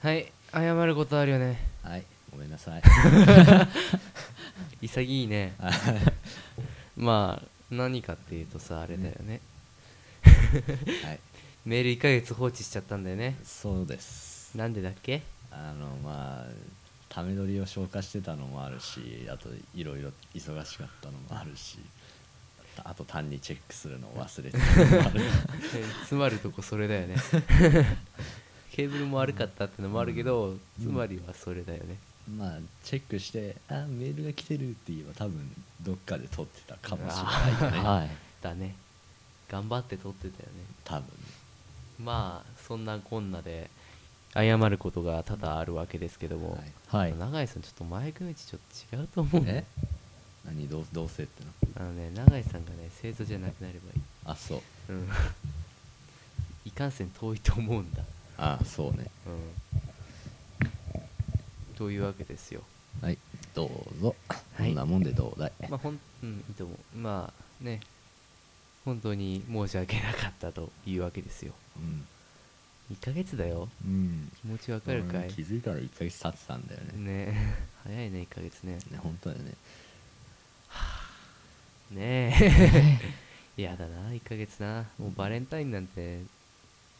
はい謝ることあるよねはいごめんなさ い潔いねあまあ何かっていうとさあれだよね、はいメール1ヶ月放置しちゃったんだよねそうですなんでだっけ あのまあため撮りを消化してたのもあるしあといろいろ忙しかったのもあるしあとあと単にチェックするのを忘れ てたのもある詰まるとこそれだ よねケーブルも悪かったってのもあるけど、つまりはそれだよね、まあチェックして「あメールが来てる」って言えば多分どっかで撮ってたかもしれないよね、あーだね頑張って撮ってたよね多分まあそんなこんなで謝ることが多々あるわけですけども、はい、はい、永井さんちょっとマイクの位置ちょっと違うと思うえ何どうどうせってのあのね永井さんがね生徒じゃなくなればいいあそううん いかんせん遠いと思うんだあそうねうんというわけですよはいどうぞ、はいこんなもんでどうだいまあほんうんいいと思うまあね本当に申し訳なかったというわけですようん、 1ヶ月だようん、気持ちわかるかい気づいたら1ヶ月経ってたんだよねね 早いね1ヶ月ねね本当だよねねえやだな1ヶ月なもうバレンタインなんて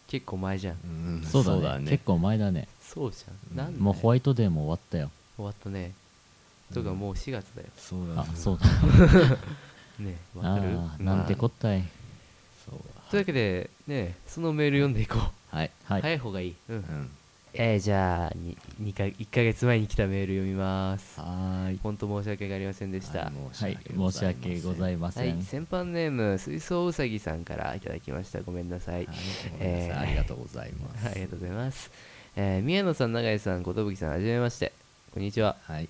結構前じゃんうんそうだね結構前だねそうじゃんなんでもうホ終ワイトデーも終わったよわったねとかもう4月だよそうだあねそう だねえわかるあーまあなんてこったいそうというわけでねそのメール読んでいこうだはいはい早い方がいい、うんうんえー、じゃあににか1ヶ月前に来たメール読みますはーい本当申し訳がありませんでしたはいはい申し訳ございまはせいん先般ネーム水槽うさぎさんからいただきましたごめんなさい、はいごめんえなーさいありがとうございますありがとうございます、えー宮野さん永井さん寿さんはじめましてこんにちははい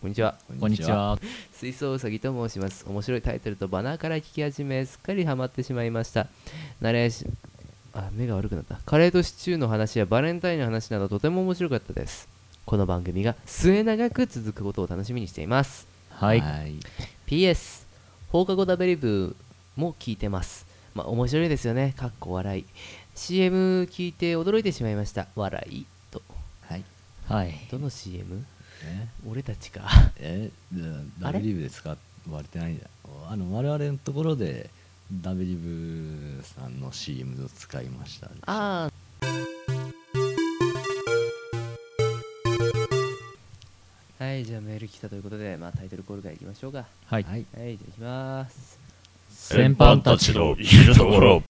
こんにちはこんにちは水槽うさぎと申します面白いタイトルとバナーから聞き始めすっかりハマってしまいましたナレーションあ目が悪くなったカレーとシチューの話やバレンタインの話などとても面白かったですこの番組が末永く続くことを楽しみにしていますはいはい、 PS 放課後ダベリブも聞いてますまあ面白いですよねかっこ笑い CM 聞いて驚いてしまいました笑いとはいはいどの CM? え俺たちかえじゃああダれブリブで使われてないんだあの我々のところでダブリブさんの CM を使いましたああはいじゃあメール来たということでまあタイトルコールからいきましょうかはいはいはいじゃあいきます先般たちのいるところ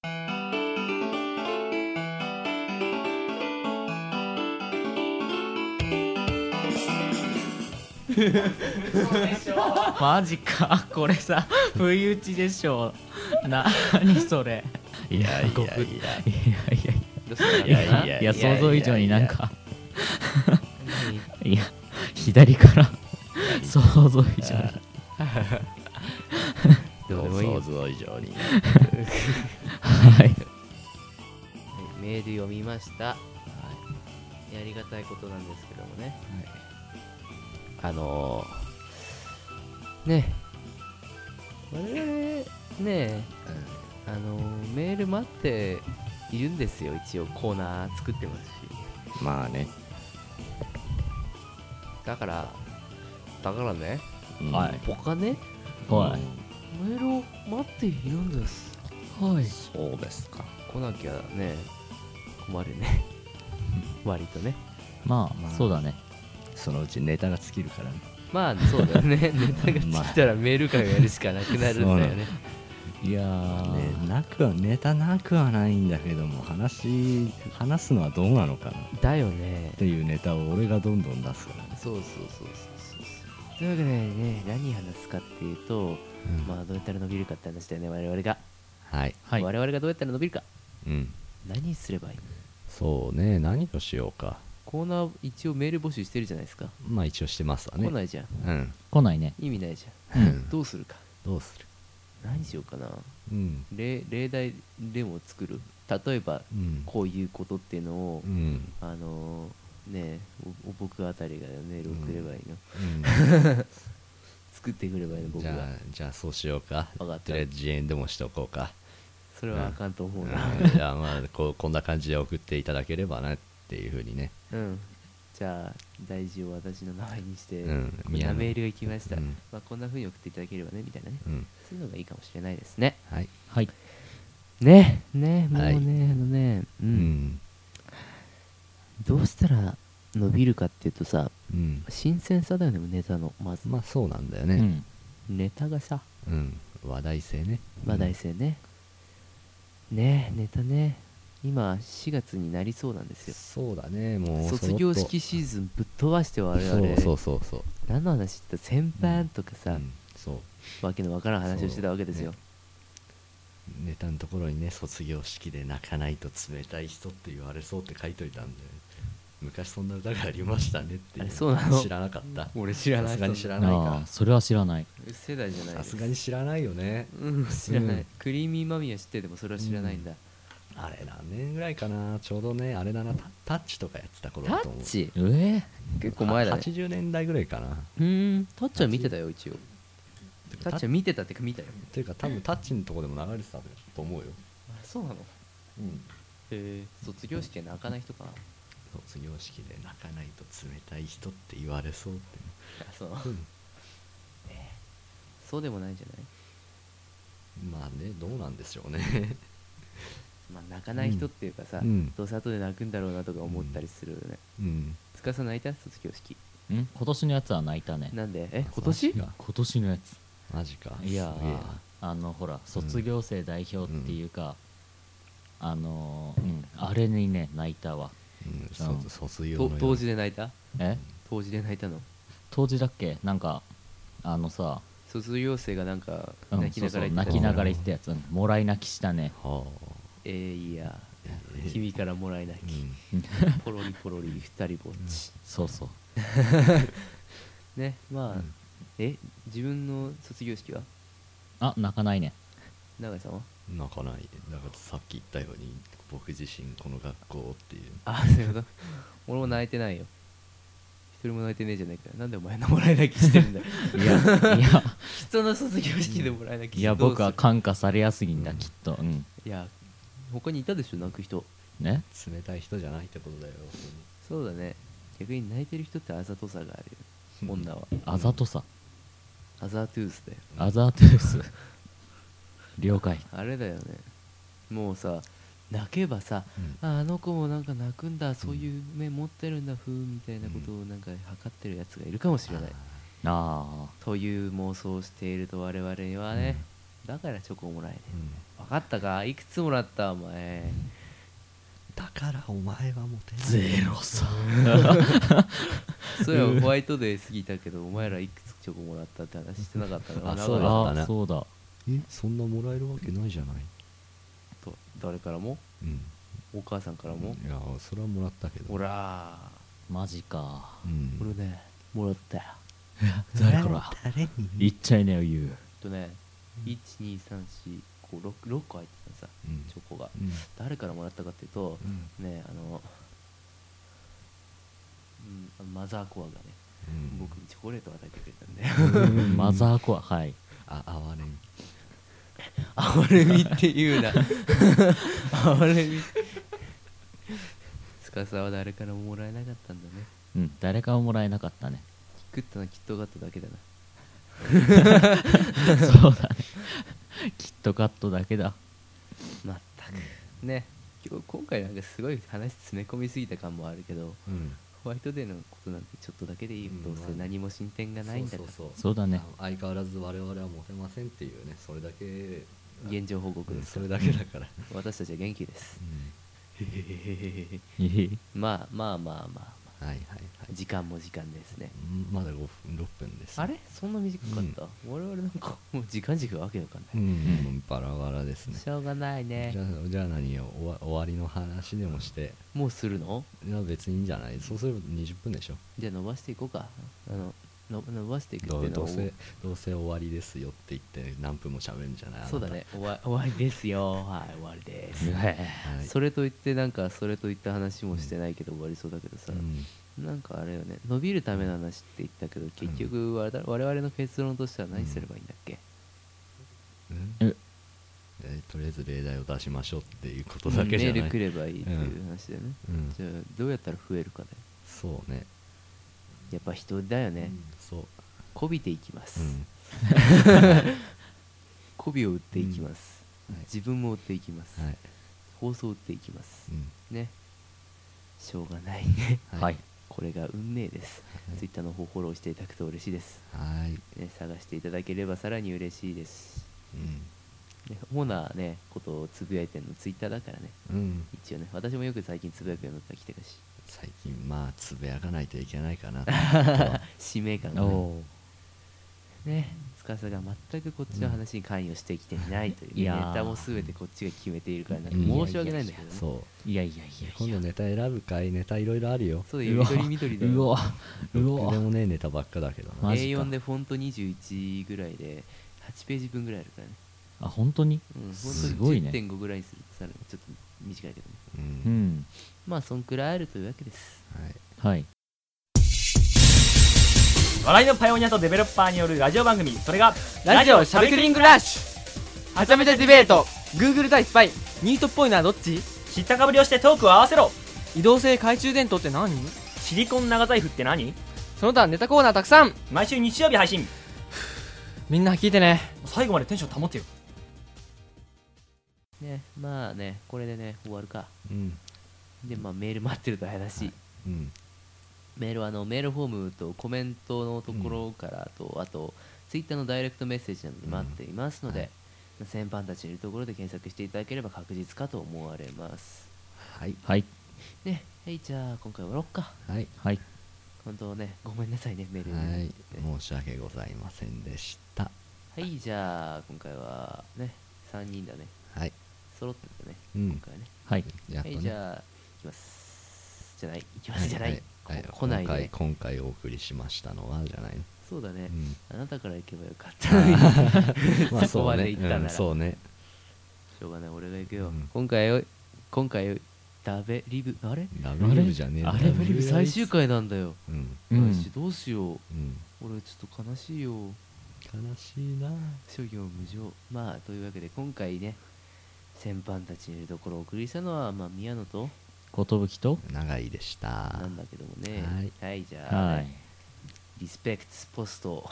マジかこれさ 不意打ちでしょなにそれいやいやいやいやいやどうしたいやいやいやいや想像以上になんかいや左から想像以上にどうでもいいよ想像以上にはいはいメール読みましたやりがたいことなんですけどもねあのー、ね我々ねあのーメール待っているんですよ一応コーナー作ってますし まあね、だからだからねうんはい他ねはメールを待っているんですいはいそうですか来なきゃね困るね割とねままああそうだねそのうちネタが尽きるからね まあそうだよねネタが尽きたらメール会をやるしかなくなるんだよねいやーねなくはネタなくはないんだけども話話すのはどうなのかなっだよねていうネタを俺がどんどん出すからね、そうそうそうそうそうそうというわけでね何話すかっていうと、まあどうやったら伸びるかって話だよね我々が、はい、はい我々がどうやったら伸びるかうん、何すればいいそうね何をしようかコーナー一応メール募集してるじゃないですか、まあ一応してますわね来ないじゃんうん来ないね意味ないじゃうんんどうするかどうする何しようかなうん例例題でも作る例えばうんこういうことっていうのを、 うんあのーねおお僕あたりがメール送ればいいの、 作ってくればいいのうん僕じがゃあじゃあそうしようかわかったとりあえず自演でもしとこうかそれはあかんと思うな、うんじゃあまあこうこんな感じで送っていただければなっっていうふうにね、うんじゃあ大事を私の名前にして、うんこんなメールが行きました、うんまあ、こんな風に送っていただければねみたいなね、うん、そういうのがいいかもしれないですねはい、はい。ねねもうね、はいあのねう、うんんどうしたら伸びるかっていうとさうん、新鮮さだよねネタのまず、まあそうなんだようね、ん。ネタがさうん話題性ね話題性ね、ねネタね今4月になりそうなんですよそうだねもう卒業そろっと式シーズンぶっ飛ばして我々そうそうそうそう何の話って言ったら先輩とかさ、うんそうわけのわからん話をしてたわけですよ、ネタのところにね卒業式で泣かないと冷たい人って言われそうって書いといたんで昔そんな歌がありましたねっていあれそうなの知らなかった俺知らないさすがに知ならないあかあ、それは知らない。世代じゃないでさすすがに知らないよねうん知らない、うんクリーミーマミは知っててもそれは知らないんだ、あれ何年ぐらいかなちょうどねあれだなタタッチとかやってた頃タだと思うッチええ結構前だね80年代ぐらいかなうんタッチは見てたよ一応タッチは見てたってか見たよていうか多分タッチのとこでも流れてたと思うよ、あそうなのへうん、え卒業式は泣かない人かな卒業式で泣かないと冷たい人って言われそうってあそうね、そうでもないんじゃないうん、まあねどうなんでしょう ねまあ泣かない人っていうかさ、うんどうせ後で泣くんだろうなとか思ったりするよね、うんつか司泣いた卒業式ん今年のやつは泣いたね。なんでえ今年マジか今年のやつ。マジかいやすげえーなあのほら卒業生代表っていうか、あのーうん、あれにね泣いたわうんうそん卒業のと夜当時で泣いたえ当時で泣いたの当時だっけなんかあのさ、卒業生がなんかうん泣きながらそうそ言うって泣たきやつながら言ってたやつ、うんもらい泣きしたねはえー、いやあええ、君からもらえないうんポロリポロリ二人ぼっち、 そうそう ねまあ、うんえ自分の卒業式はあ泣か ないね永井さんは泣かないだからさっき言ったように僕自身この学校っていうあそういうこと俺も泣いてないよ一人も泣いてねえじゃないかなんでお前のもらい泣きしてるんだよいやいや人の卒業式でもらい泣きいやどうす僕はる感化されやすいんだ、きっとうんいや他にいたでしょ泣く人ね冷たい人じゃないってことだよそうだね逆に泣いてる人ってあざとさがあるよ女はあざとさアザートゥースだよアザートゥース了解あれだよねもうさ泣けばさ、うああの子もなんか泣くんだそういう目持ってるんだふうみたいなことをなんか測ってるやつがいるかもしれない、あという妄想をしていると我々はね、だからチョコもらえねうん分かったかいくつもらったお 前だからお前はモテーないゼロさそういえばホワイトデー過ぎたけどお前らいくつチョコもらったって話してなかったのあそうだったあねそうだえそんなもらえるわけないじゃないと誰からもうんお母さんからも、いやそれはもらったけどほらーマジかうん俺ねもらったよ誰から誰に言っちゃいなよ言うえっとね12345 6個入ってたのさうんチョコがうん誰からもらったかっていうとねあのうんマザーコアがねうん僕にチョコレートを与えてくれたんでマザーコアはいあ哀れみ哀れみって言うな哀れみ司は誰からももらえなかったんだねうん誰かはもらえなかったね食ったのはキットカットだけだなそうだねキットカットだけだまったくね今日今回なんかすごい話詰め込みすぎた感もあるけどうんホワイトデーのことなんてちょっとだけでいいよ、うんどうせ何も進展がないんだからそうそうそうそうだねあの相変わらず我々はモテませんっていうねそれだけ現状報告うでんすそれだけだから私たちは元気ですいいまあまあまあまあ、まあ、はいはいはい時間も時間ですねうんまだ5分6分ですあれそんな短かった、我々なんかもう時間軸がわけわかんなうい、んバラバラですねしょうがないねじゃあじゃあ何よ終わ終わりの話でもしてもうするのいや別にいいんじゃないそうすれば20分でしょじゃあ伸ばしていこうかあのの伸ばしていくっていうどうのどをうせどうせ終わりですよって言って何分も喋るんじゃないそうだね終わ終わりですよはい終わりです、あなたはいそれと言ってなんかそれと言った話もしてないけど終わりそうだけどさ、うんなんかあれよね伸びるための話って言ったけど結局我々我々の結論としては何すればいいんだっけ、うんええーとりあえず例題を出しましょうっていうことだけじゃない、メール来ればいいっていう話だよね、うんじゃあどうやったら増えるかだよそうねやっぱ人だよね、そうこびていきます、うん媚びを売っていきます、うんはい自分も売っていきます、はい放送を売っていきますう、んねしょうがないねはい。これが運命です、はい Twitter の方フォローしていただくと嬉しいです、はいね、探していただければさらに嬉しいですうね主なねことをつぶやいてるの Twitter だからねん、うん、一応ね私もよく最近つぶやくようになったら来てるし最近まあつぶやかないといけな いかなと思っては使命感がねおね司が全くこっちの話に関与してきてないという、いネやータも全てこっちが決めているからなんかうん申し訳ないんだけどねそいやいやいうや今い度や。ネタ選ぶかいネタいろいろあるよそうだよ緑緑だようわ、うろわくでうわ。もねえネタばっかだけどなマジか A4 でフォント21ぐらいで8ページ分ぐらいあるからね、あ、本当にうん、すごいねフォント10.5ぐらいにするさらにちょっと短いけどねう、うんん。まあそんくらいあるというわけですはいはい。笑いのパイオニアとデベロッパーによるラジオ番組それがラジオしゃべくりングラッシュはちゃめちゃディベート Google 対スパイニートっぽいのはどっち知ったかぶりをしてトークを合わせろ移動性懐中電灯って何シリコン長財布って何その他ネタコーナーたくさん毎週日曜日配信みんな聞いてね最後までテンション保ってよねまあねこれでね終わるかうんでまあメール待ってると怪しい、うんメールはあのメールフォームとコメントのところからと、あとツイッターのダイレクトメッセージなどで待っていますので、先般たちのいるところで検索していただければ確実かと思われますはいはい。ねはいじゃあ今回終わろっかはいはい。本当ねごめんなさいねメールねはいね申し訳ございませんでしたはいじゃあ今回はね3人だねはい揃ってたね、うん今回はねはい。やはっといねじゃあ行きますじゃない行きますじゃない、はいはいこ来ない今回で今回お送りしましたのは じゃないのそうだね、うんあなたから行けばよかったのに まあそこそうまでね行ったなら、うんそうねしょうがない俺が行くよ、うん今回よ今回よダベリブあれラブリブじゃねえんだあれダベリブ最終回なんだよ、うんうん来週どうしよううん俺ちょっと悲しいよ悲しいな諸行無常まあというわけで今回ね先般たちにいるところをお送りしたのは、まあ、宮野と寿と。長いでしたなんだけどもねははいい、じゃあ、はい。リスペクトポスト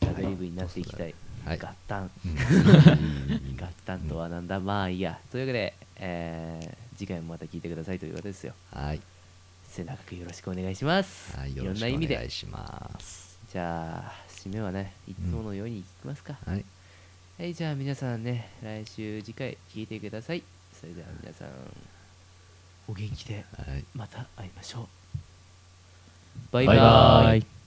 ダベリブに なっていきたい、はいガッタンうんガッタンとはなんだ、まあいいやというわけで、えー次回もまた聞いてくださいということですよはい背中くよろしくお願いします、はいよろろんしな意く味お願いでしますじゃあ締めはねいつものようにいきますか、はいはいじゃあ皆さんね来週次回聞いてくださいそれでは皆さんお元気ではいまた会いましょうババイバーイイ。